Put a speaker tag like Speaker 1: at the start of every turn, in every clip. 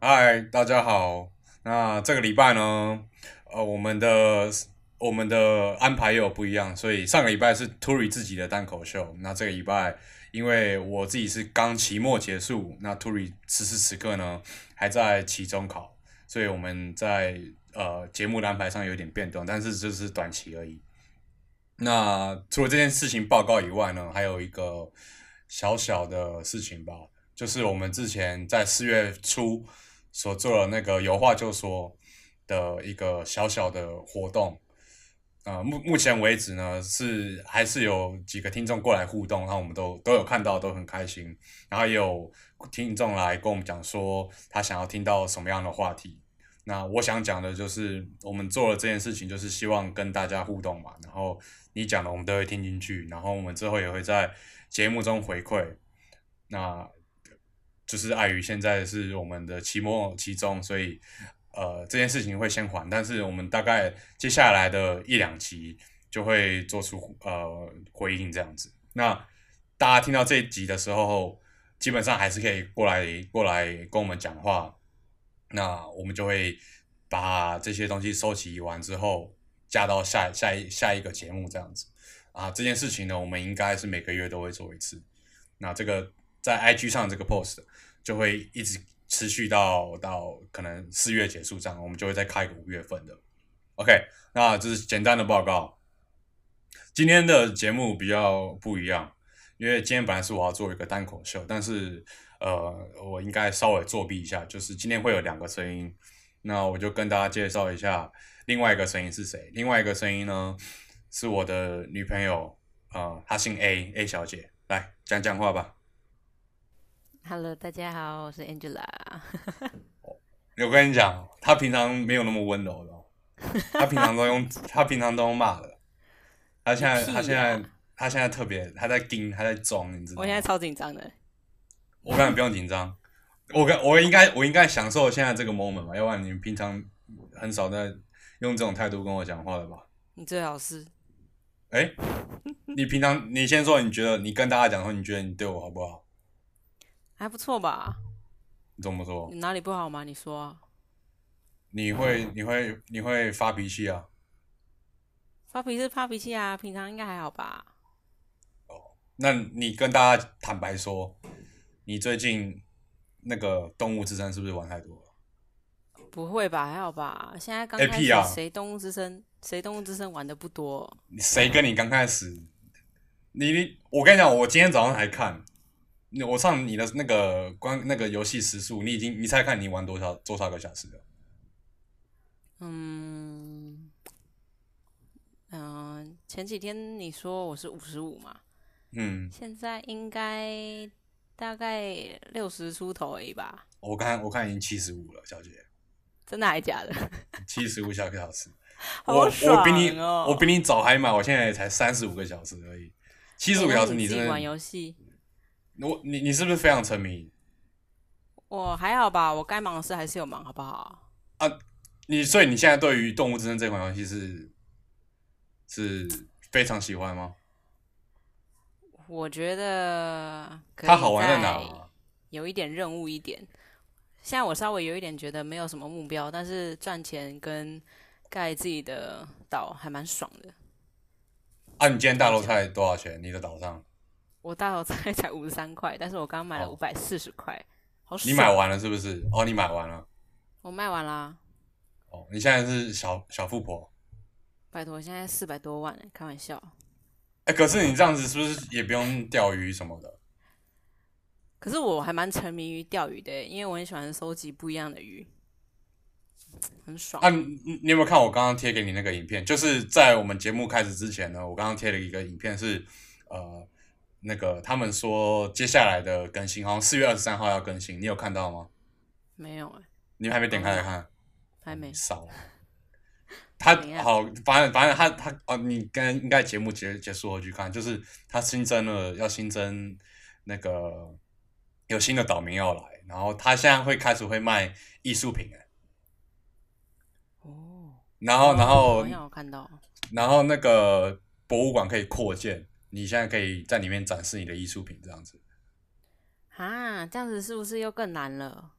Speaker 1: 嗨，大家好。那这个礼拜呢，呃，我们的我们的安排也有不一样，所以上个礼拜是 Turi 自己的单口秀，那这个礼拜因为我自己是刚期末结束，那 Turi 此时此刻呢还在期中考，所以我们在呃节目的安排上有点变动，但是就是短期而已。那除了这件事情报告以外呢，还有一个小小的事情吧，就是我们之前在四月初所做的那个有话就说的一个小小的活动。呃，目目前为止呢，是还是有几个听众过来互动，然后我们都都有看到，都很开心。然后也有听众来跟我们讲说，他想要听到什么样的话题。那我想讲的就是，我们做了这件事情，就是希望跟大家互动嘛。然后你讲的，我们都会听进去，然后我们之后也会在节目中回馈。那就是碍于现在是我们的期末期中，所以呃这件事情会先缓，但是我们大概接下来的一两集就会做出呃回应这样子。那大家听到这一集的时候，基本上还是可以过来过来跟我们讲话，那我们就会把这些东西收集完之后，加到下下一下一个节目这样子。啊，这件事情呢，我们应该是每个月都会做一次。那这个在 IG 上这个 post 就会一直持续到到可能四月结束这样，我们就会再开一个五月份的。OK，那这是简单的报告。今天的节目比较不一样，因为今天本来是我要做一个单口秀，但是呃，我应该稍微作弊一下，就是今天会有两个声音，那我就跟大家介绍一下另外一个声音是谁。另外一个声音呢，是我的女朋友，呃，她姓 A，A 小姐，来讲讲话吧。
Speaker 2: Hello，大家好，我是 Angela。
Speaker 1: 我跟你讲，他平常没有那么温柔的哦，他平常都用他平常都用骂的，他现在
Speaker 2: 屁
Speaker 1: 他现在
Speaker 2: 啦
Speaker 1: 他现在特别他在盯他在装，你知道
Speaker 2: 我
Speaker 1: 吗
Speaker 2: 现？在超紧张的，
Speaker 1: 我跟你不用紧张，我跟我应该我应该享受现在这个 moment 吧，要不然你平常很少在用这种态度跟我讲话的吧？
Speaker 2: 你最好是
Speaker 1: 哎、你平常你先说，你觉得你跟大家讲说，你觉得你对我好不好？
Speaker 2: 还不错吧？
Speaker 1: 你怎么说？
Speaker 2: 你哪里不好吗？你说啊、
Speaker 1: 你会你会你会发脾气啊？
Speaker 2: 发脾气是发脾气啊，平常应该还好吧？
Speaker 1: 那你跟大家坦白说，你最近那个《动物之声》是不是玩太多了？
Speaker 2: 不会吧？还好吧？现在刚
Speaker 1: 哎
Speaker 2: 开
Speaker 1: 屁
Speaker 2: 始
Speaker 1: 啊，
Speaker 2: 谁动物之声，谁动物之声玩的不多？
Speaker 1: 谁跟你刚开始？你你我跟你讲，我今天早上还看，你我上你的那个关那个游戏时速，你已经你猜看你玩多少多少个小时了？
Speaker 2: 嗯嗯、前几天你说我是五十五嘛，
Speaker 1: 嗯，
Speaker 2: 现在应该大概六十出头而已吧？
Speaker 1: 我看我看已经七十五了，小姐，
Speaker 2: 真的还假的？
Speaker 1: 七十五小个小时。我
Speaker 2: 好爽
Speaker 1: 我比你
Speaker 2: 哦！
Speaker 1: 我比你早还买，我现在也才三十五个小时而已，七十五
Speaker 2: 哎
Speaker 1: 个
Speaker 2: 那
Speaker 1: 小时
Speaker 2: 你
Speaker 1: 你
Speaker 2: 自
Speaker 1: 真
Speaker 2: 己
Speaker 1: 的
Speaker 2: 玩游戏。
Speaker 1: 我你你是不是非常沉迷？
Speaker 2: 我还好吧，我该忙的事还是有忙，好不好？
Speaker 1: 你所以你现在对于《动物之声》这款游戏是是非常喜欢吗？
Speaker 2: 我觉得可以
Speaker 1: 它好玩在哪、
Speaker 2: 再有一点任务一点。现在我稍微有一点觉得没有什么目标，但是赚钱跟盖自己的岛还蛮爽的。
Speaker 1: 啊，你今天大头菜多少钱？你的岛上
Speaker 2: 我大头菜才五十三块，但是我刚买了
Speaker 1: 哦
Speaker 2: 五百四十块，好爽！
Speaker 1: 你买？完了是不是？哦，你买完了。
Speaker 2: 我卖完啦，
Speaker 1: 哦，你现在是小小富婆。
Speaker 2: 拜托，现在四百多万、欸，开玩笑。
Speaker 1: 哎、可是你这样子是不是也不用钓鱼什么的？
Speaker 2: 可是我还蛮沉迷于钓鱼的欸、因为我很喜欢收集不一样的鱼，很爽。
Speaker 1: 啊，你你你有没有看我刚刚贴给你那个影片？就是在我们节目开始之前呢，我刚刚贴了一个影片是，呃，那个他们说接下来的更新，好像四月二十三号要更新，你有看到吗？
Speaker 2: 没有哎、
Speaker 1: 你们还没点开来看？
Speaker 2: 还没。啊
Speaker 1: 少。他
Speaker 2: 怎样
Speaker 1: 好，反正反正他他哦，你刚应该节目结结束后去看，就是他新增了要新增那个有新的岛民要来，然后他现在会开始会卖艺术品哎，
Speaker 2: 哦，
Speaker 1: 然后然后
Speaker 2: 好像我看到，
Speaker 1: 然后那个博物馆可以扩建，你现在可以在里面展示你的艺术品这样子。
Speaker 2: 啊，这样子是不是又更难了？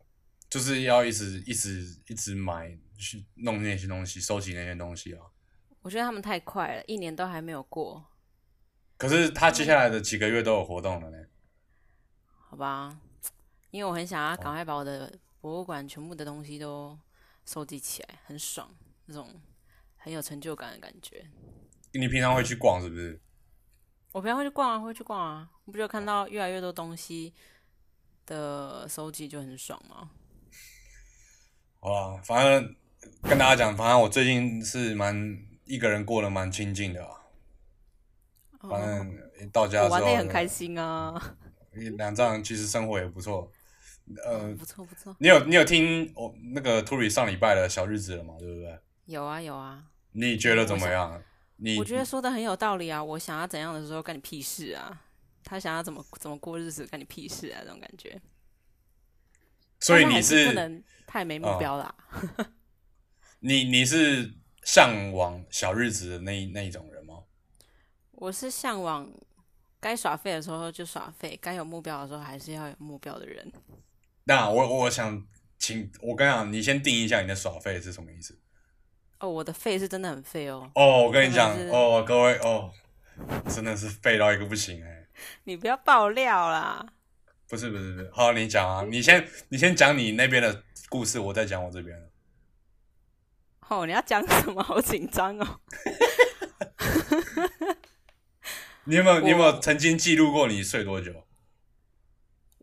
Speaker 1: 就是要一直一直一直买去弄那些东西，收集那些东西啊。
Speaker 2: 我觉得他们太快了，一年都还没有过，
Speaker 1: 可是他接下来的几个月都有活动了呢。
Speaker 2: 好吧？因为我很
Speaker 1: 哦
Speaker 2: 想要赶快把我的博物馆全部的东西都收集起来，很爽，那种很有成就感的感觉。
Speaker 1: 你平常会去逛是不是？
Speaker 2: 我平常会去逛啊，会去逛啊，你不就看到越来越多东西的收集就很爽吗？
Speaker 1: 好啦，反正跟大家讲，反正我最近是蛮一个人过得蛮清静的、啊，反
Speaker 2: 哦，
Speaker 1: 正到家
Speaker 2: 我
Speaker 1: 之后
Speaker 2: 玩的也很开心啊，
Speaker 1: 两仗其实生活也不错。呃，
Speaker 2: 不错不错，
Speaker 1: 你有你有听我那个 Turi 上礼拜的小日子了嘛？对不对？
Speaker 2: 有啊有啊。
Speaker 1: 你觉得怎么样？你
Speaker 2: 我觉得说的很有道理啊！我想要怎样的时候干你屁事啊！他想要怎么怎么过日子干你屁事啊！这种感觉。
Speaker 1: 所以
Speaker 2: 但是
Speaker 1: 你哦
Speaker 2: 还是不能太没目标啦。
Speaker 1: 你你是向往小日子的那一那一种人吗？
Speaker 2: 我是向往该耍废的时候就耍废，该有目标的时候还是要有目标的人。
Speaker 1: 那我我想请我跟你讲，你先定义一下你的耍废是什么意思。
Speaker 2: 哦，我的废是真的很废哦！
Speaker 1: 哦，我跟你讲
Speaker 2: 真的是
Speaker 1: 哦，各位哦，真的是废到一个不行哎、
Speaker 2: 你不要爆料啦！
Speaker 1: 不是不是不是，好，你讲
Speaker 2: 嗯
Speaker 1: 啊，你先你先讲你那边的故事，我再讲我这边的。
Speaker 2: 哦，你要讲什么？好紧张哦！
Speaker 1: 你有没有你有没有
Speaker 2: 我
Speaker 1: 曾经记录过你睡多久？啊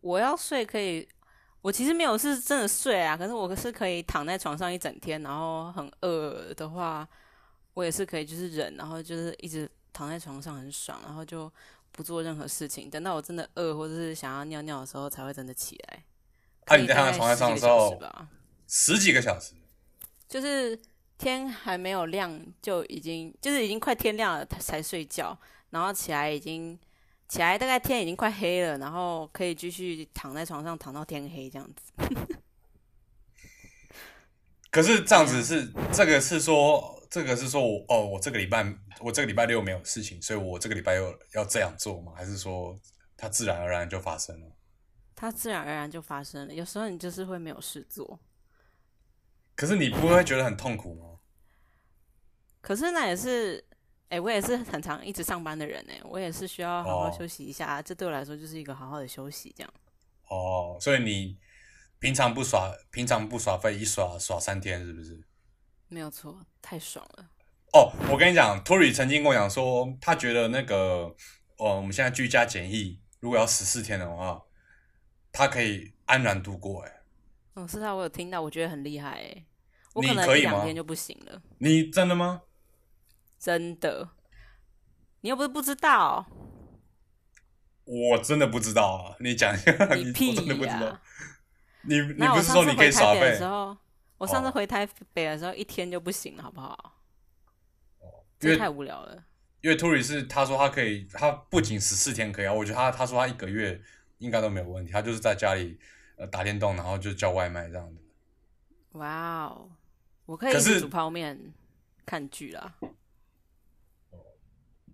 Speaker 2: 我要睡可以，我其实没有是真的睡啊，可是我是可以躺在床上一整天，然后很饿的话，我也是可以就是忍，然后就是一直躺在床上很爽，然后就不做任何事情，等到我真的饿或者是想要尿尿的时候才会真的起来。
Speaker 1: 啊
Speaker 2: 可以
Speaker 1: 你在躺在
Speaker 2: 大
Speaker 1: 床
Speaker 2: 概
Speaker 1: 上的
Speaker 2: 10
Speaker 1: 时候
Speaker 2: 个小时吧，
Speaker 1: 十几个小时，
Speaker 2: 就是天还没有亮就已经就是已经快天亮了才才睡觉，然后起来已经起来大概天已经快黑了，然后可以继续躺在床上躺到天黑这样子。
Speaker 1: 可是这
Speaker 2: 啊
Speaker 1: 样子是这个是说这个是说我哦，我这个礼拜我这个礼拜六没有事情，所以我这个礼拜又要这样做吗？还是说它自然而然就发生了？
Speaker 2: 它自然而然就发生了。有时候你就是会没有事做，
Speaker 1: 可是你不会觉得很痛苦吗？
Speaker 2: 可是那也是，哎、我也是很常一直上班的人哎、我也是需要好好
Speaker 1: 哦
Speaker 2: 休息一下，啊这对我来说就是一个好好的休息这样。
Speaker 1: 哦，所以你平常不耍，平常不耍废，一耍耍三天是不是？
Speaker 2: 没有错，太爽了。
Speaker 1: 哦，我跟你讲，Tory 曾经跟我讲说，他觉得那个，呃，我们现在居家检疫，如果要十四天的话，他可以安然度过。哎，
Speaker 2: 哦，是啊，我有听到，我觉得很厉害哎、我
Speaker 1: 你
Speaker 2: 可能
Speaker 1: 可
Speaker 2: 一
Speaker 1: 以吗
Speaker 2: 两天就不行了，
Speaker 1: 你真的吗？
Speaker 2: 真的。你又不是不知道，
Speaker 1: 我真的不知道啊，你讲一下，你
Speaker 2: 屁
Speaker 1: 我真的不知
Speaker 2: 呀、
Speaker 1: 道。你你
Speaker 2: 那
Speaker 1: 不
Speaker 2: 我
Speaker 1: 是
Speaker 2: 上
Speaker 1: 说
Speaker 2: 次
Speaker 1: 你可以
Speaker 2: 回
Speaker 1: 耍
Speaker 2: 台北的
Speaker 1: 废
Speaker 2: 时？候，我上次
Speaker 1: 哦
Speaker 2: 回台北的时候一天就不行了，好不好？
Speaker 1: 哦因
Speaker 2: 这
Speaker 1: 为
Speaker 2: 太无聊了。
Speaker 1: 因为 Tory 是他说他可以，他不仅十四天可以啊，我觉得他他说他一个月应该都没有问题，他就是在家里呃打电动，然后就叫外卖这样子。
Speaker 2: 哇哦，我可以
Speaker 1: 可
Speaker 2: 一直
Speaker 1: 是
Speaker 2: 煮泡面看剧啦。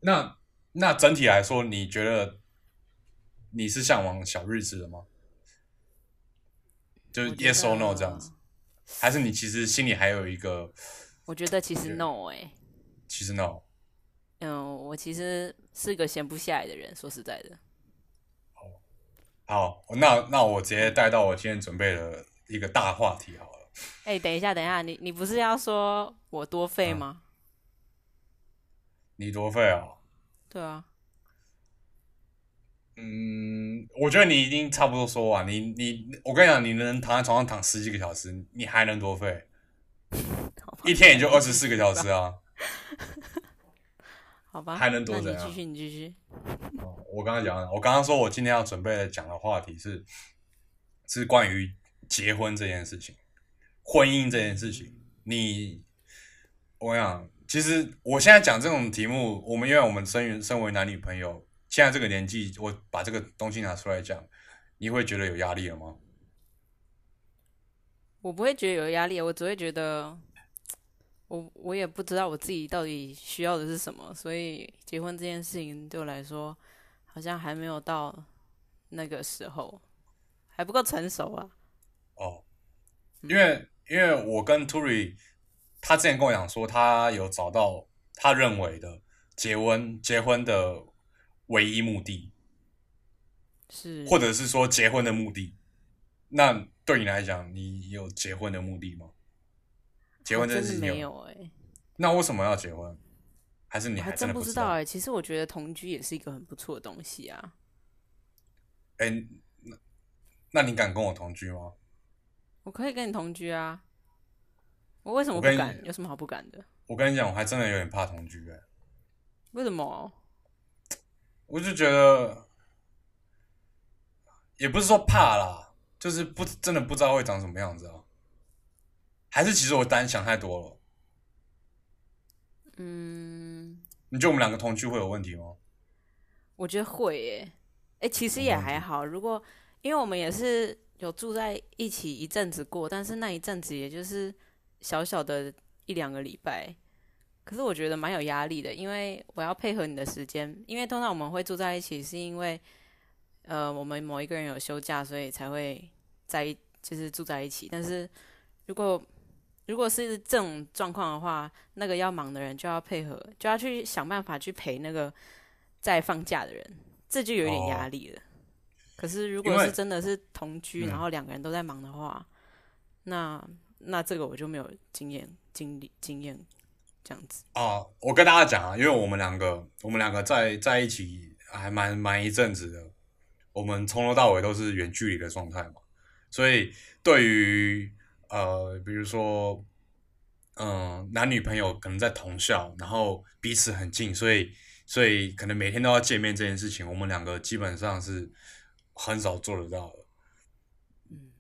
Speaker 1: 那那整体来说，你觉得你是向往小日子的吗？就是
Speaker 2: 我觉
Speaker 1: yes or no
Speaker 2: 得
Speaker 1: 这样子，还是你其实心里还有一个
Speaker 2: 我觉得其实
Speaker 1: 对
Speaker 2: no 哎、
Speaker 1: 其实 no？
Speaker 2: 嗯，我其实是个闲不下来的人，说实在的，
Speaker 1: 好，那那我直接带到我今天准备的一个大话题好了。
Speaker 2: 哎、等一下，等一下，你你不是要说我多废吗？
Speaker 1: 你多费哦，
Speaker 2: 对啊，
Speaker 1: 嗯，我觉得你已经差不多说完。你你，我跟你讲，你能躺在床上躺十几个小时，你还能多 费？一天也就二十四个小时啊。
Speaker 2: 好吧，
Speaker 1: 还能多
Speaker 2: 那
Speaker 1: 怎
Speaker 2: 你
Speaker 1: 样
Speaker 2: 继续，你继续。
Speaker 1: 哦，我刚刚讲了，我刚刚说我今天要准备讲的话题是，是关于结婚这件事情，婚姻这件事情。你，我想，其实我现在讲这种题目，我们因为我们身为身为男女朋友，现在这个年纪，我把这个东西拿出来讲，你会觉得有压力了吗？
Speaker 2: 我不会觉得有压力，我只会觉得，我我也不知道我自己到底需要的是什么，所以结婚这件事情对我来说，好像还没有到那个时候，还不够成熟啊。
Speaker 1: 哦，因为因为我跟 Turi，他之前跟我讲说，他有找到他认为的结婚结婚的唯一目的，
Speaker 2: 是
Speaker 1: 或者是说结婚的目的。那对你来讲，你有结婚的目的吗？结婚这
Speaker 2: 我
Speaker 1: 件
Speaker 2: 真
Speaker 1: 事
Speaker 2: 的
Speaker 1: 情
Speaker 2: 没
Speaker 1: 有？
Speaker 2: 有哎、
Speaker 1: 那为什么要结婚？还是你
Speaker 2: 我还
Speaker 1: 真
Speaker 2: 真
Speaker 1: 的
Speaker 2: 不
Speaker 1: 知
Speaker 2: 知道哎、其实我觉得同居也是一个很不错的东西啊。
Speaker 1: 哎、那那你敢跟我同居吗？
Speaker 2: 我可以跟你同居啊，我为什么
Speaker 1: 我
Speaker 2: 不
Speaker 1: 跟你
Speaker 2: 敢？有什么好不敢的？
Speaker 1: 我跟你讲，我还真的有点怕同居哎、
Speaker 2: 为什么？
Speaker 1: 我就觉得，也不是说怕啦，就是不真的不知道会长什么样子啊。还是其实我单想太多了。
Speaker 2: 嗯，
Speaker 1: 你觉得我们两个同居会有问题吗？
Speaker 2: 我觉得会耶、哎、其实也还好。如果因为我们也是有住在一起一阵子过，但是那一阵子也就是小小的一两个礼拜。可是我觉得蛮有压力的，因为我要配合你的时间。因为通常我们会住在一起，是因为呃，我们某一个人有休假，所以才会在一就是住在一起。但是如果如果是这种状况的话，那个要忙的人就要配合，就要去想办法去陪那个在放假的人，这就有点压力了。可是如
Speaker 1: 因
Speaker 2: 果
Speaker 1: 为
Speaker 2: 是真的是同
Speaker 1: 嗯
Speaker 2: 居，然后两个人都在忙的话，那那这个我就没有经验、经历、经验这样子。
Speaker 1: 啊，我跟大家讲啊，因为我们两个，我们两个在在一起还蛮蛮一阵子的，我们从头到尾都是远距离的状态嘛，所以对于呃，比如说，嗯、男女朋友可能在同校，然后彼此很近，所以所以可能每天都要见面这件事情，我们两个基本上是很少做得到的。
Speaker 2: 嗯，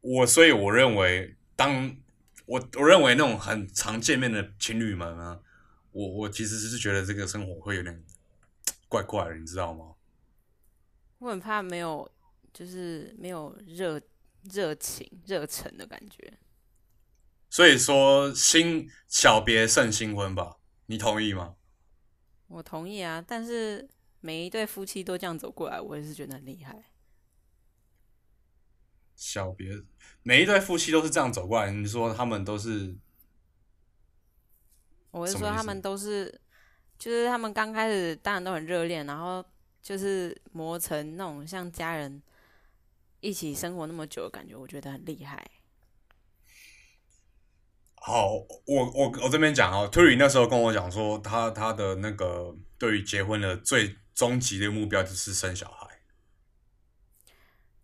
Speaker 1: 我所以我认为，当我我认为那种很常见面的情侣们啊呢，我我其实是觉得这个生活会有点怪怪的，你知道吗？
Speaker 2: 我很怕没有，就是没有热热情、热忱的感觉。
Speaker 1: 所以说新小别胜新婚吧，你同意吗？
Speaker 2: 我同意啊，但是每一对夫妻都这样走过来，我也是觉得很厉害。
Speaker 1: 小别每一对夫妻都是这样走过来，你说他们都是
Speaker 2: 我是
Speaker 1: 什么
Speaker 2: 说，
Speaker 1: 意
Speaker 2: 他
Speaker 1: 思
Speaker 2: 们都是，就是他们刚开始当然都很热恋，然后就是磨成那种像家人一起生活那么久的感觉，我觉得很厉害。
Speaker 1: 好，我我我这边讲哦 t u r i 那时候跟我讲说他他的那个对于结婚的最终极的目标就是生小孩。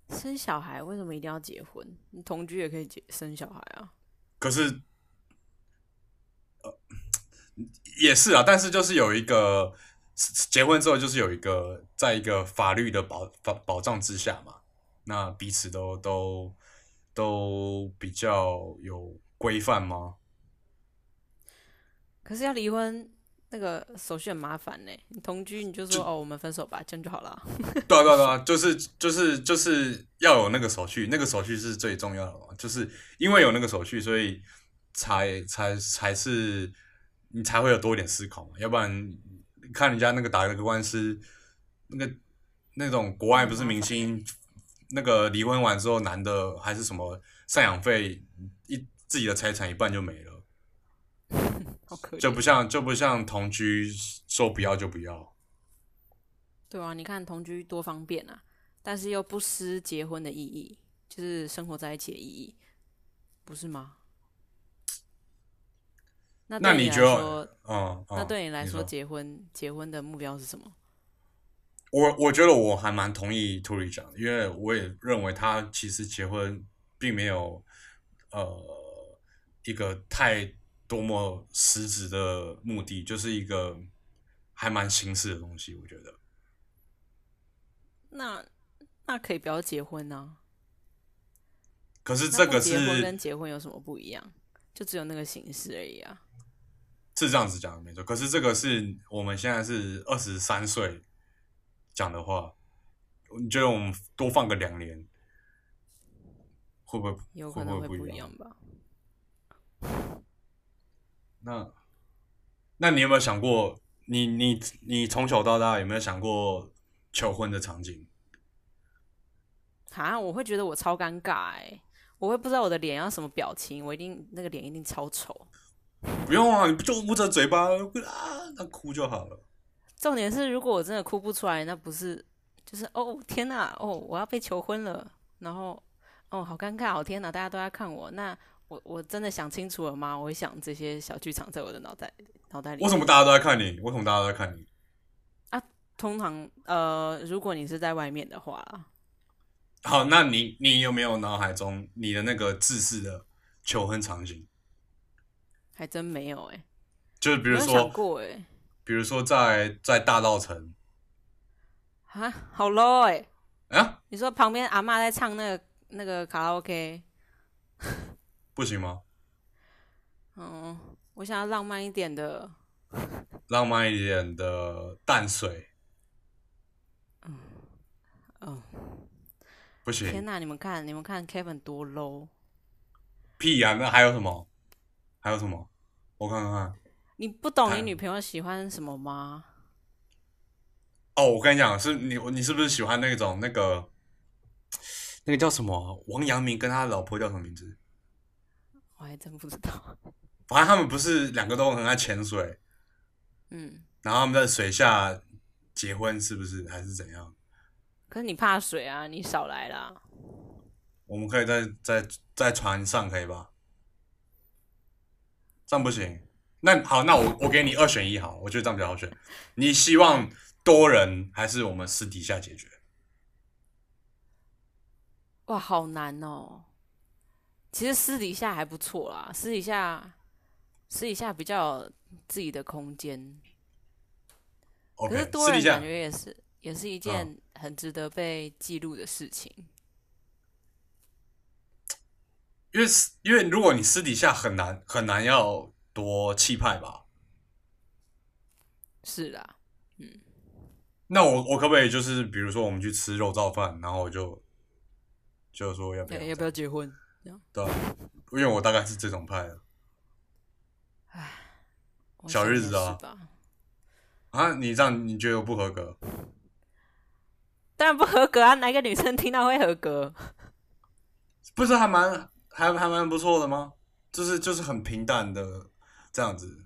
Speaker 2: 生小孩为什么一定要结婚？你同居也可以结生小孩啊。
Speaker 1: 可是，呃，也是啊，但是就是有一个结婚之后，就是有一个在一个法律的保保保障之下嘛，那彼此都都都比较有规范吗？
Speaker 2: 可是要离婚，那个手续很麻烦呢、你同居你就
Speaker 1: 就
Speaker 2: 说哦，我们分手吧，这样就好了啊。
Speaker 1: 对啊，对啊，对啊，就是就是就是要有那个手续，那个手续是最重要的嘛，就是因为有那个手续，所以才才才是你才会有多一点思考嘛，要不然看人家那个打那个官司，那个那种国外不是明星，那个离婚完之后，男的还是什么赡养费一自己的财产一半就没了，
Speaker 2: 好可
Speaker 1: 就不
Speaker 2: 怜。
Speaker 1: 像就不像同居说不要就不要。
Speaker 2: 对啊，你看同居多方便啊，但是又不失结婚的意义，就是生活在一起的意义，不是吗？那
Speaker 1: 那
Speaker 2: 对你
Speaker 1: 你
Speaker 2: 来
Speaker 1: 觉
Speaker 2: 说，
Speaker 1: 得，嗯，嗯
Speaker 2: 那对你来
Speaker 1: 你
Speaker 2: 说，
Speaker 1: 说
Speaker 2: 结婚结婚的目标是什么？
Speaker 1: 我我觉得我还蛮同意 t u r i 讲的，因为我也认为他其实结婚并没有呃一个太多么实质的目的，就是一个还蛮形式的东西。我觉得
Speaker 2: 那那可以不要结婚啊呢、
Speaker 1: 可是
Speaker 2: 那
Speaker 1: 这
Speaker 2: 不
Speaker 1: 个
Speaker 2: 结婚跟
Speaker 1: 是
Speaker 2: 结婚有什么不一样？就只有那个形式而已啊。
Speaker 1: 是这样子讲的没错，可是这个是我们现在是二十三岁讲的话，你觉得我们多放个两年会不会
Speaker 2: 有
Speaker 1: 会
Speaker 2: 可能
Speaker 1: 不会
Speaker 2: 不
Speaker 1: 不
Speaker 2: 一
Speaker 1: 样？
Speaker 2: 样吧。
Speaker 1: 那，那你有没有想过，你你你从小到大有没有想过求婚的场景？
Speaker 2: 啊，我会觉得我超尴尬哎、我会不知道我的脸要什么表情，我一定那个脸一定超丑。
Speaker 1: 不用啊，你不就捂着嘴巴啊，那哭就好了。
Speaker 2: 重点是，如果我真的哭不出来，那不是就是哦天哪，哦我要被求婚了，然后哦好尴尬，哦天哪，大家都在看我，那我我真的想清楚了吗？我会想这些小剧场在我的脑袋脑袋里。
Speaker 1: 为什么大家都在看你？为什么大家都在看你？
Speaker 2: 通常呃，如果你是在外面的话，
Speaker 1: 好，那你你有没有脑海中你的那个自式的求婚场景？
Speaker 2: 还真没有哎、
Speaker 1: 就是比
Speaker 2: 没
Speaker 1: 如
Speaker 2: 有想
Speaker 1: 说，
Speaker 2: 过哎、
Speaker 1: 比如说在在大稻城
Speaker 2: 啊，好 low 哎、
Speaker 1: 啊，
Speaker 2: 你说旁边阿嬷在唱那个那个卡拉 OK，
Speaker 1: 不行吗？
Speaker 2: 嗯，我想要浪漫一点的，
Speaker 1: 浪漫一点的淡水
Speaker 2: 嗯，
Speaker 1: 不
Speaker 2: 天
Speaker 1: 行，
Speaker 2: 哪，你们看你们看 Kevin 多 low，
Speaker 1: 屁呀、那还有什么？还有什么？我看看看。
Speaker 2: 你不懂
Speaker 1: 哎
Speaker 2: 你女朋友喜欢什么吗？
Speaker 1: 哦，我跟你讲，是你你是不是喜欢那种那个那个叫什么？啊王阳明跟他老婆叫什么名字？
Speaker 2: 我还真不知道，
Speaker 1: 反正他们不是两个都很爱潜水，
Speaker 2: 嗯，
Speaker 1: 然后他们在水下结婚，是不是？还是怎样？
Speaker 2: 可是你怕水啊，你少来啦，
Speaker 1: 我们可以在在在船上可以吧？这样不行。那好，那我我给你二选一好，我觉得这样比较好选。你希望多人还是我们私底下解决？
Speaker 2: 哇，好难哦。其实私底下还不错啦，私底下私底下比较有自己的空间。可
Speaker 1: OK，
Speaker 2: 是多
Speaker 1: 私底
Speaker 2: 人
Speaker 1: 下嗯
Speaker 2: 感觉也是也是一件很值得被记录的事情。
Speaker 1: 因为私因为如果你私底下很难很难要多气派吧，
Speaker 2: 是啦，
Speaker 1: 那我我可不可以就是比如说我们去吃肉燥饭，然后我就就说要不要
Speaker 2: 哎
Speaker 1: 这样、
Speaker 2: 要不要结婚？
Speaker 1: 对啊、因为我大概是这种派的
Speaker 2: 我
Speaker 1: 小
Speaker 2: 想
Speaker 1: 日
Speaker 2: 也
Speaker 1: 子啊
Speaker 2: 是吧？
Speaker 1: 啊，你这样你觉得我不合格？
Speaker 2: 当然不合格啊！哪一个女生听到会合格？
Speaker 1: 不是还蛮还还蛮不错的吗？就是就是很平淡的这样子。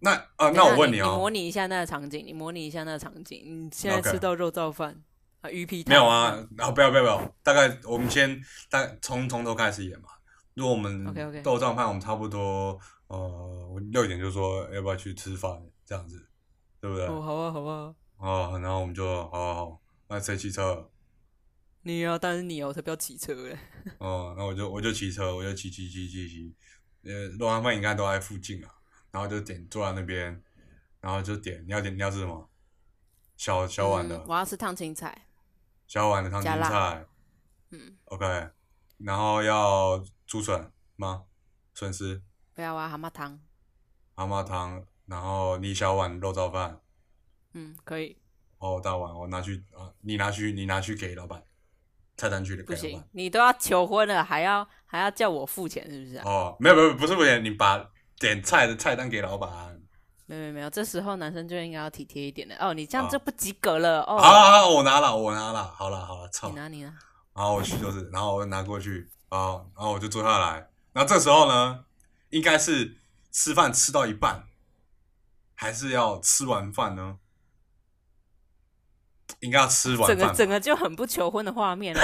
Speaker 1: 那啊、 那
Speaker 2: 等一下
Speaker 1: 我问你
Speaker 2: 你
Speaker 1: 哦
Speaker 2: 模，拟一下那个场景，你模拟一下那个场景。你现在
Speaker 1: OK
Speaker 2: 吃到肉燥饭啊，鱼皮汤
Speaker 1: 没有啊？啊，不要不要不要，大概我们先大从从头开始演嘛。如果我们
Speaker 2: OK，OK
Speaker 1: 豆酱饭，我们差不多呃我六点就说要不要去吃饭这样子，对不对？
Speaker 2: 哦，好啊，好啊，
Speaker 1: 哦，然后我们就好好好，那谁骑车？
Speaker 2: 你要但是你哦，我才不要骑车嘞。
Speaker 1: 哦，那我就我就骑车，我就骑骑骑骑骑，呃，肉汤饭应该都在附近啊，然后就点坐在那边，然后就点你要点你要吃什么？小小碗的、
Speaker 2: 嗯我要吃烫青菜，
Speaker 1: 小碗的烫青
Speaker 2: 加
Speaker 1: 菜
Speaker 2: 辣嗯，
Speaker 1: ，OK，然后要竹笋吗？笋丝、
Speaker 2: 不要啊，蛤蟆汤，
Speaker 1: 蛤蟆汤，然后你小碗肉燥饭，
Speaker 2: 嗯，可以，
Speaker 1: 哦，大碗我拿去啊，你拿去你拿去给老板，菜单去给
Speaker 2: 不
Speaker 1: 老板
Speaker 2: 行。，你都要求婚了，还要还要叫我付钱，是不是啊？
Speaker 1: 哦，没有没有，不是不是，你把点菜的菜单给老板。
Speaker 2: 没有没有没有，这时候男生就应该要体贴一点的哦。你这样
Speaker 1: 好
Speaker 2: 就不及格了
Speaker 1: 好
Speaker 2: 哦。
Speaker 1: 好好，我拿了，我拿了，好了啊好了，操
Speaker 2: 你！拿你拿，
Speaker 1: 然后我去就是，然后我拿过去，然后然后我就坐下来。那这时候呢，应该是吃饭吃到一半，还是要吃完饭呢？应该要吃完饭
Speaker 2: 整个
Speaker 1: 吧，
Speaker 2: 整个就很不求婚的画面了。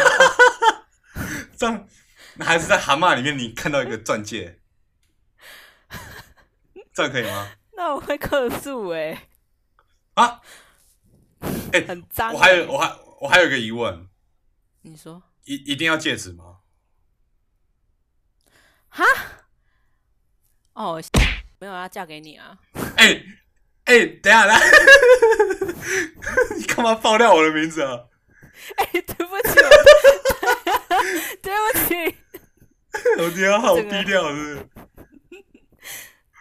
Speaker 1: 这样，那 还是在蛤蟆里面你看到一个钻戒，这样可以吗？
Speaker 2: 那我会客诉哎、
Speaker 1: 啊，哎、
Speaker 2: 很脏欸、
Speaker 1: 我还有我还我还有一个疑问，
Speaker 2: 你说
Speaker 1: 一一定要戒指吗？
Speaker 2: 哦， 没有要嫁给你啊？
Speaker 1: 哎、哎、等一下来， 你干嘛爆料我的名字啊？
Speaker 2: 哎、对不起，我 对不起，
Speaker 1: 我今天好
Speaker 2: 这个
Speaker 1: 低调，是不是？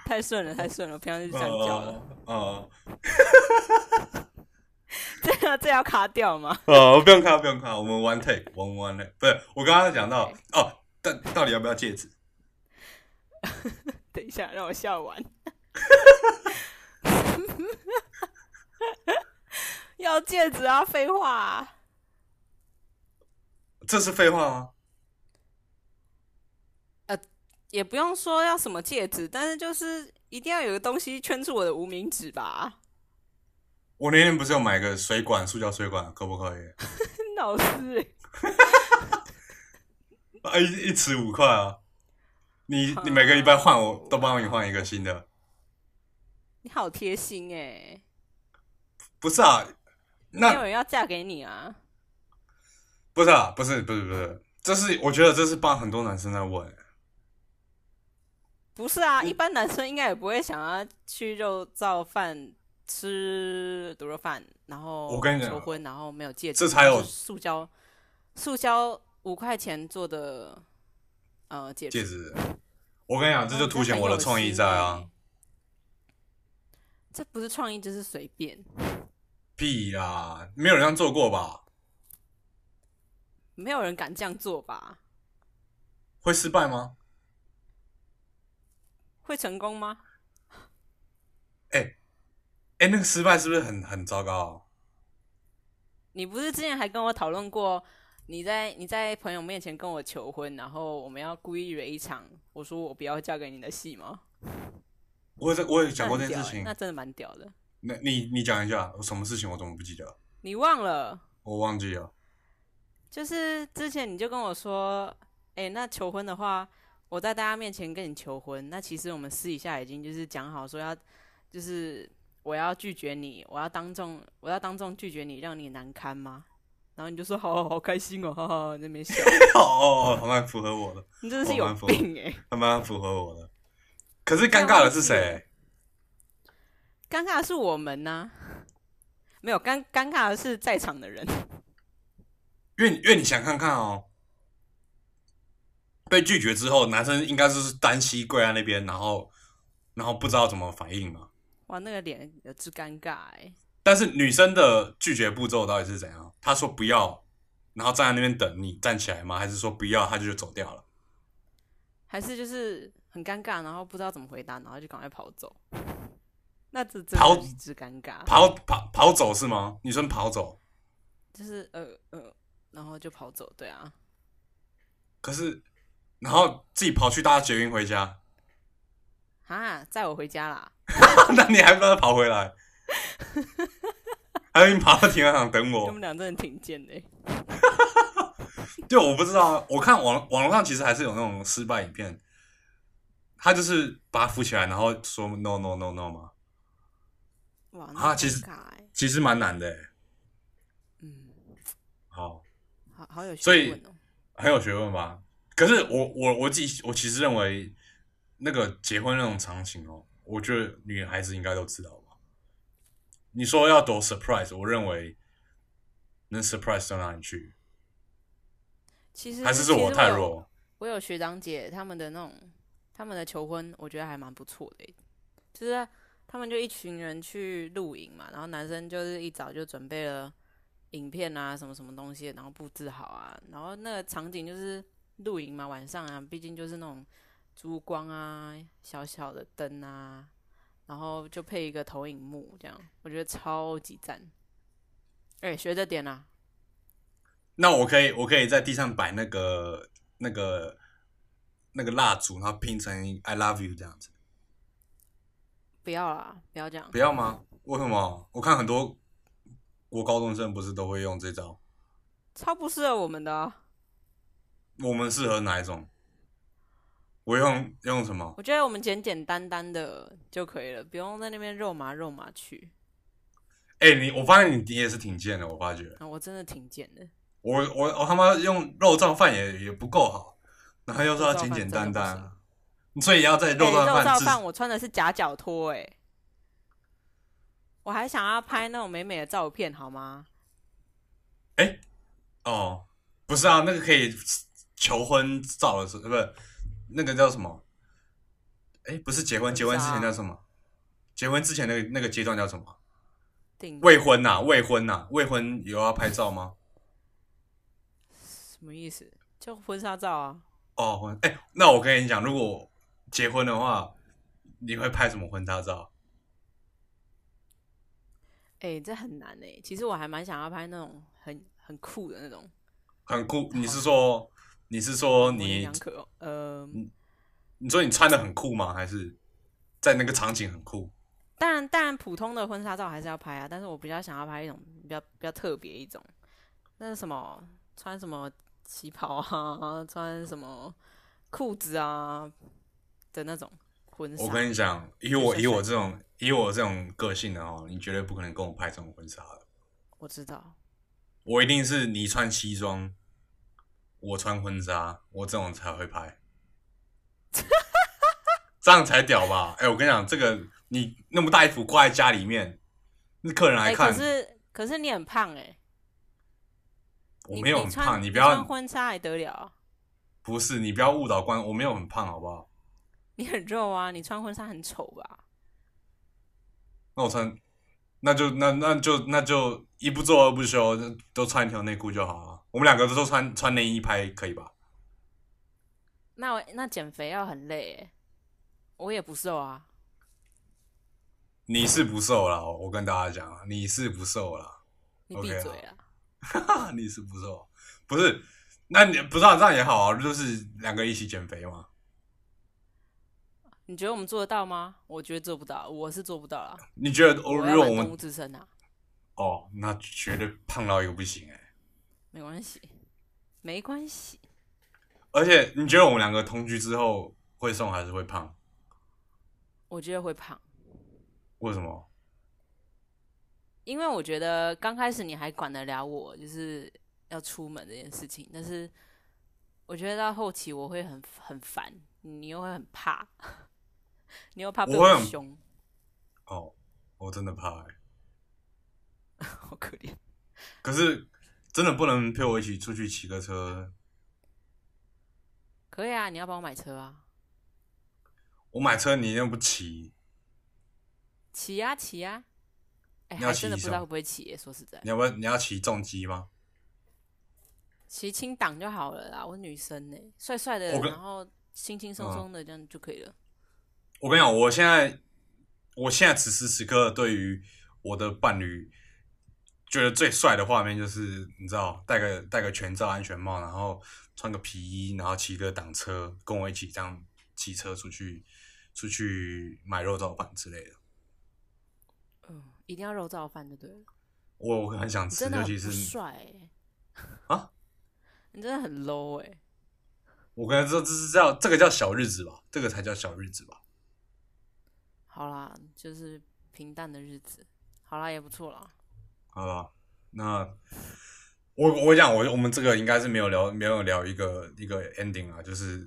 Speaker 2: 太顺了，太顺了，我平常就这样叫了。
Speaker 1: 哦
Speaker 2: 这个这要卡掉吗？
Speaker 1: 哦，不用看，不用看，我们 one take，我们 one take。不是，我刚刚讲到哦，但到底要不要戒指？
Speaker 2: 等一下，让我笑完。 要戒指啊，废话啊、
Speaker 1: 这是废话吗？
Speaker 2: 也不用说要什么戒指，但是就是一定要有个东西圈住我的无名指吧。
Speaker 1: 我那天不是有买个水管，塑胶水管，可不可以？
Speaker 2: 老欸师，
Speaker 1: 啊，一一尺五块啊！你你每个
Speaker 2: 啊
Speaker 1: 礼拜换我都帮你换一个新的，
Speaker 2: 你好贴心哎、
Speaker 1: 不是啊？
Speaker 2: 没
Speaker 1: 那
Speaker 2: 有人要嫁给你啊？
Speaker 1: 不是啊？不是不是不是，这是我觉得这是帮很多男生在问，
Speaker 2: 不是
Speaker 1: 嗯
Speaker 2: 啊，一般男生应该也不会想要去肉燥饭吃卤肉饭，然后
Speaker 1: 我跟你讲
Speaker 2: 求婚，然后没有戒指，
Speaker 1: 这才有
Speaker 2: 就是塑胶塑胶五块钱做的呃戒指，
Speaker 1: 戒指。我跟你讲，这
Speaker 2: 哦
Speaker 1: 就凸显我的创意在啊！
Speaker 2: 这不是创意，这是随便，
Speaker 1: 屁啦，没有人这样做过吧？
Speaker 2: 没有人敢这样做吧？
Speaker 1: 会失败吗？
Speaker 2: 会成功吗？
Speaker 1: 哎、那个失败是不是很很糟糕、啊？
Speaker 2: 你不是之前还跟我讨论过，你在你在朋友面前跟我求婚，然后我们要故意惹一场，我说我不要嫁给你的 戏吗？
Speaker 1: 我有这我有讲过
Speaker 2: 那
Speaker 1: 这件
Speaker 2: 很
Speaker 1: 事
Speaker 2: 屌欸
Speaker 1: 情
Speaker 2: 那，真的蛮屌的。
Speaker 1: 那你你讲一下，什么事情我怎么不记得？
Speaker 2: 你忘了，
Speaker 1: 我忘记了。
Speaker 2: 就是之前你就跟我说，哎、那求婚的话，我在大家面前跟你求婚，那其实我们私底下已经就是讲好说要，就是我要拒绝你，我要当众，我要当众拒绝你，让你难堪吗？然后你就说好好好开心哦，哈哈，在那边笑，
Speaker 1: 哦哦哦，还蛮符合我的，
Speaker 2: 你真的是
Speaker 1: 我
Speaker 2: 有
Speaker 1: 蛮疯
Speaker 2: 病哎、
Speaker 1: 还蛮符合我的。可是尴尬的是谁？
Speaker 2: 尴尬的是我们呐、 没有尴尴尬的是在场的人。
Speaker 1: 因为你因为你想看看哦，被拒绝之后，男生应该就是单膝跪在那边，然后然后不知道怎么反应嘛。
Speaker 2: 哇，那个脸有之尴尬哎、
Speaker 1: 但是女生的拒绝步骤到底是怎样？她说不要，然后站在那边等你站起来吗？还是说不要，她就走掉了？
Speaker 2: 还是就是很尴尬，然后不知道怎么回答，然后就赶快跑走。 那这真
Speaker 1: 跑
Speaker 2: 的是之尴尬，
Speaker 1: 跑跑跑走是吗？女生跑走，
Speaker 2: 就是呃呃，然后就跑走。对啊，
Speaker 1: 可是然后自己跑去搭捷运回家，
Speaker 2: 啊，载我回家啦。
Speaker 1: 那你还不要跑回来？还有你跑到停车场等
Speaker 2: 他
Speaker 1: 我
Speaker 2: 们？俩真的挺贱的欸、
Speaker 1: 对，我不知道啊。我看网网络上其实还是有那种失败影片，他就是把他扶起来，然后说 no no no no 嘛，
Speaker 2: 哇，那
Speaker 1: 啊
Speaker 2: 很
Speaker 1: 其实
Speaker 2: 尴尬欸
Speaker 1: 其实蛮难的欸。
Speaker 2: 嗯，
Speaker 1: 好，
Speaker 2: 好好有
Speaker 1: 所
Speaker 2: 学
Speaker 1: 以
Speaker 2: 问哦、
Speaker 1: 很有学问吧？可是我我我自己我其实认为，那个结婚那种场景哦，我觉得女孩子应该都知道吧。你说要多 surprise，我认为能 surprise 到哪里去？
Speaker 2: 其实
Speaker 1: 还是
Speaker 2: 嗯其
Speaker 1: 是
Speaker 2: 实
Speaker 1: 我太
Speaker 2: 有
Speaker 1: 弱？
Speaker 2: 我有学长姐他们的那种，他们的求婚，我觉得还蛮不错的欸，就是他们就一群人去露营嘛，然后男生就是一早就准备了影片啊，什么什么东西，然后布置好啊，然后那个场景就是露营嘛，晚上啊，毕竟就是那种烛光啊，小小的灯啊，然后就配一个投影幕，这样我觉得超级赞。哎、学着点啦、
Speaker 1: 那我可以，我可以在地上摆那个、那个、那个蜡烛，然后拼成 “I love you” 这样子，
Speaker 2: 不要啦，不要这样
Speaker 1: 不。要吗？为什么？我看很多国高中生不是都会用这招，
Speaker 2: 超不适合我们的啊、
Speaker 1: 我们适合哪一种？我用用什么？
Speaker 2: 我觉得我们简简单单的就可以了，不用在那边肉麻肉麻去。
Speaker 1: 哎、你我发现你你也是挺贱的，我发觉
Speaker 2: 啊，我真的挺贱的，
Speaker 1: 我我我他妈用肉燥饭也也不够好，然后又说要
Speaker 2: 肉燥
Speaker 1: 简
Speaker 2: 饭
Speaker 1: 简单
Speaker 2: 真的不行
Speaker 1: 单，所以要在肉
Speaker 2: 哎
Speaker 1: 燥
Speaker 2: 肉
Speaker 1: 饭
Speaker 2: 燥
Speaker 1: 之
Speaker 2: 饭我穿的是夹脚拖、哎，我还想要拍那种美美的照片，好吗？
Speaker 1: 哦，不是啊，那个可以求婚照的时候，呃不是那个叫什么？哎，不是结婚，
Speaker 2: 不
Speaker 1: 结
Speaker 2: 知
Speaker 1: 婚之前
Speaker 2: 道
Speaker 1: 叫什么？结婚之前那个那个阶段叫什么？
Speaker 2: 定
Speaker 1: 未婚呐、啊未婚呐、未婚有要拍照吗？
Speaker 2: 什么意思？就婚纱照啊，
Speaker 1: 哦，婚哎，那我跟你讲，如果结婚的话，你会拍什么婚纱照？
Speaker 2: 哎、这很难哎、其实我还蛮想要拍那种很很酷的那种，
Speaker 1: 很酷，你是说你是说
Speaker 2: 模棱
Speaker 1: 你
Speaker 2: 两可哦，呃，
Speaker 1: 你说你穿的很酷吗？还是在那个场景很酷？
Speaker 2: 当然，当然普通的婚纱照还是要拍啊，但是我比较想要拍一种比较比较特别一种，那是什么？穿什么旗袍啊， 穿什么裤子啊的那种婚纱。
Speaker 1: 我跟你讲，以我
Speaker 2: 就是
Speaker 1: 以我这种以我这种个性的哦，你绝对不可能跟我拍这种婚纱的。
Speaker 2: 我知道，
Speaker 1: 我一定是你穿西装，我穿婚纱，我这种才会 拍，这样才屌吧？哎、我跟你讲，这个你那么大一幅挂在家里面，那客人来
Speaker 2: 哎、
Speaker 1: 看，
Speaker 2: 可是可是你很胖哎、
Speaker 1: 我
Speaker 2: 你
Speaker 1: 没有
Speaker 2: 你
Speaker 1: 很
Speaker 2: 穿
Speaker 1: 胖，你
Speaker 2: 你
Speaker 1: 不
Speaker 2: 穿
Speaker 1: 要
Speaker 2: 婚纱还得了啊？
Speaker 1: 不是你不要误导观，我没有很胖，好不好？
Speaker 2: 你很肉啊，你穿婚纱很丑吧？
Speaker 1: 那我穿，那就那那就那就一不做二不休，都穿一条内裤就好了。我们两个都穿穿内衣拍可以吧？
Speaker 2: 那我那减肥要很累哎、我也不瘦啊，
Speaker 1: 你是不瘦啦，我跟大家讲，啊你是不瘦啦，
Speaker 2: 你
Speaker 1: OK
Speaker 2: 闭
Speaker 1: 啊
Speaker 2: 嘴啊！
Speaker 1: 你是不瘦，不是？那你不知道、这样也好啊，就是两个一起减肥嘛。
Speaker 2: 你觉得我们做得到吗？我觉得做不到，我是做不到啦。
Speaker 1: 你觉得、哦、
Speaker 2: 我
Speaker 1: 如
Speaker 2: 要
Speaker 1: 果
Speaker 2: 玩
Speaker 1: 我
Speaker 2: 动物
Speaker 1: 们
Speaker 2: 之森啊，
Speaker 1: 哦，那绝对胖到一个不行哎、
Speaker 2: 没关系，没关系。
Speaker 1: 而且你觉得我们两个同居之后会瘦还是会胖？
Speaker 2: 我觉得会胖，
Speaker 1: 为什么？
Speaker 2: 因为我觉得刚开始你还管得了我，就是要出门这件事情，但是我觉得到后期我会很很烦，你又会很怕， 你又怕被
Speaker 1: 我会很
Speaker 2: 凶，
Speaker 1: 哦，我真的怕哎、
Speaker 2: 好可怜。
Speaker 1: 可是真的不能陪我一起出去骑个车。
Speaker 2: 可以啊，你要帮我买车啊，
Speaker 1: 我买车你又不骑，
Speaker 2: 骑啊骑啊，哎、
Speaker 1: 你要
Speaker 2: 还
Speaker 1: 骑
Speaker 2: 真的不
Speaker 1: 什
Speaker 2: 知道
Speaker 1: 么
Speaker 2: 会不会骑耶、说实在，
Speaker 1: 你要不要你要骑重机吗？
Speaker 2: 骑轻档就好了啦。我女生呢、帅帅的，
Speaker 1: 我跟嗯
Speaker 2: 然后轻轻松松的这样就可以了。
Speaker 1: 我跟你讲，我现在，我现在此时此刻对于我的伴侣，觉得最帅的画面就是，你知道，戴个戴个全罩安全帽，然后穿个皮衣，然后骑个挡车，跟我一起这样骑车出去，出去买肉燥饭之类的。
Speaker 2: 嗯，一定要肉燥饭就对了。
Speaker 1: 我我很想
Speaker 2: 你
Speaker 1: 吃，
Speaker 2: 真的
Speaker 1: 尤
Speaker 2: 很
Speaker 1: 其
Speaker 2: 不
Speaker 1: 是
Speaker 2: 帅、欸、
Speaker 1: 啊！
Speaker 2: 你真的很 low 哎、
Speaker 1: 我跟他说，这是叫这个叫小日子吧，这个才叫小日子吧。
Speaker 2: 好啦，就是平淡的日子，好啦也不错啦。
Speaker 1: 好吧，那我我讲我我们这个应该是没有聊没有聊一个一个 ending 啊，就是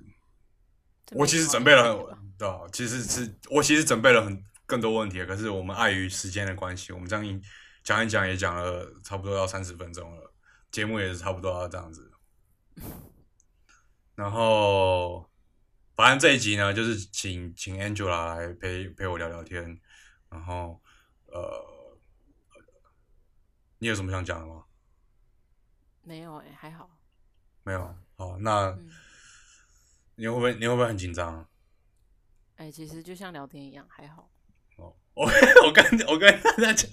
Speaker 2: 这
Speaker 1: 我
Speaker 2: 没
Speaker 1: 其
Speaker 2: 什
Speaker 1: 实准
Speaker 2: 么好
Speaker 1: 备了
Speaker 2: 讲的吧
Speaker 1: 很对啊，其实是我其实准备了很更多问题了，可是我们碍于时间的关系，我们这样一讲一讲也讲了差不多要三十分钟了，节目也是差不多要这样 子。然后，反正这一集呢，就是请请 Angela 来陪陪我聊聊天，然后呃，你有什么想讲的吗？
Speaker 2: 没有哎、还好，
Speaker 1: 没有。好，那、
Speaker 2: 嗯
Speaker 1: 你会不会你会不会很紧张啊？
Speaker 2: 哎、其实就像聊天一样，还好。
Speaker 1: 哦，我 我跟我跟大家讲，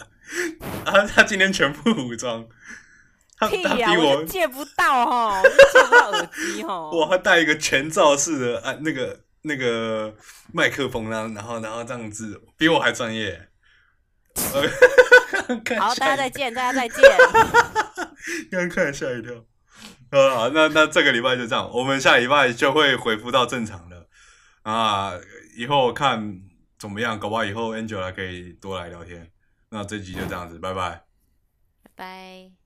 Speaker 1: 他他今天全副武装， 他
Speaker 2: 屁
Speaker 1: 他
Speaker 2: 呀、
Speaker 1: 比
Speaker 2: 我
Speaker 1: 我
Speaker 2: 就借不到哈，我就借不到耳机 哈。
Speaker 1: 我还带一个全罩式的啊那个那个麦克风啦、然后然后这样子比我还专业。呃 看
Speaker 2: 好，
Speaker 1: 吓
Speaker 2: 大家
Speaker 1: 一
Speaker 2: 再
Speaker 1: 跳
Speaker 2: 见，大家再见，
Speaker 1: 刚看吓一跳。呃，好那那这个礼拜就这样，我们下礼拜就会恢复到正常了啊。以后看怎么样，搞不好以后 Angela 可以多来聊天。那这集就这样子，拜拜。
Speaker 2: 拜拜。